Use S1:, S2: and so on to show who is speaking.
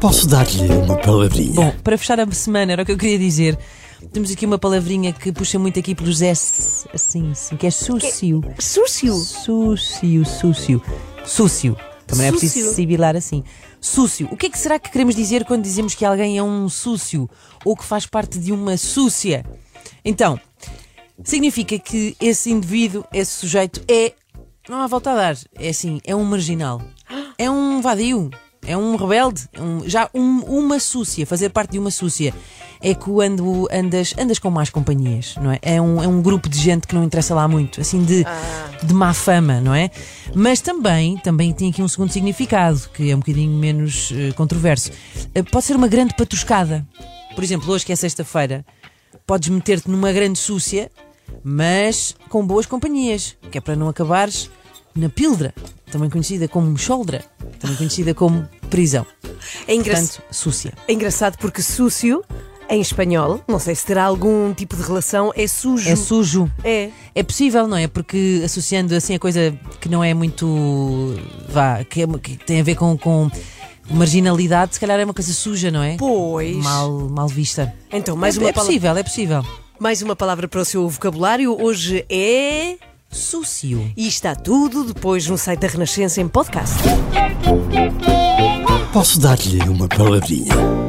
S1: Posso dar-lhe uma palavrinha?
S2: Bom, para fechar a semana, era o que eu queria dizer. Temos aqui uma palavrinha que puxa muito aqui pelos S, assim, assim, que é sucio.
S3: Súcio.
S2: Sucio, sucio. Sucio. Também não é preciso
S3: Sucio.
S2: sibilar assim. Sucio. O que é que será que queremos dizer quando dizemos que alguém é um sucio ou que faz parte de uma súcia? Então, significa que esse indivíduo, esse sujeito, é. Não há volta a dar. É assim, é um marginal. É um vadio. É um rebelde. é um- já um- uma súcia. Fazer parte de uma súcia é quando andas, andas com más companhias, não é? É um, é um grupo de gente que não interessa lá muito. Assim, de, de má fama, não é? Mas também, também tem aqui um segundo significado, que é um bocadinho menos eh, controverso. Eh, pode ser uma grande patuscada. Por exemplo, hoje que é sexta-feira podes meter-te numa grande súcia, mas com boas companhias, que é para não acabares na pildra, também conhecida como choldra, também conhecida como prisão.
S3: É, engra-
S2: Portanto, súcia.
S3: é engraçado porque súcio, em espanhol, não sei se terá algum tipo de relação, é sujo.
S2: É sujo.
S3: É.
S2: É possível, não é? Porque associando assim a coisa que não é muito. vá, que, é- que tem a ver com, com marginalidade, se calhar é uma coisa suja, não é?
S3: Pois.
S2: Mal, mal vista.
S3: Então, mais,
S2: é,
S3: uma
S2: é
S3: pala-
S2: possível, é possível.
S3: mais uma palavra para o seu vocabulário. Hoje é.
S2: Súcio.
S3: E está tudo depois no site da Renascença em podcast.
S1: Posso dar-lhe uma palavrinha?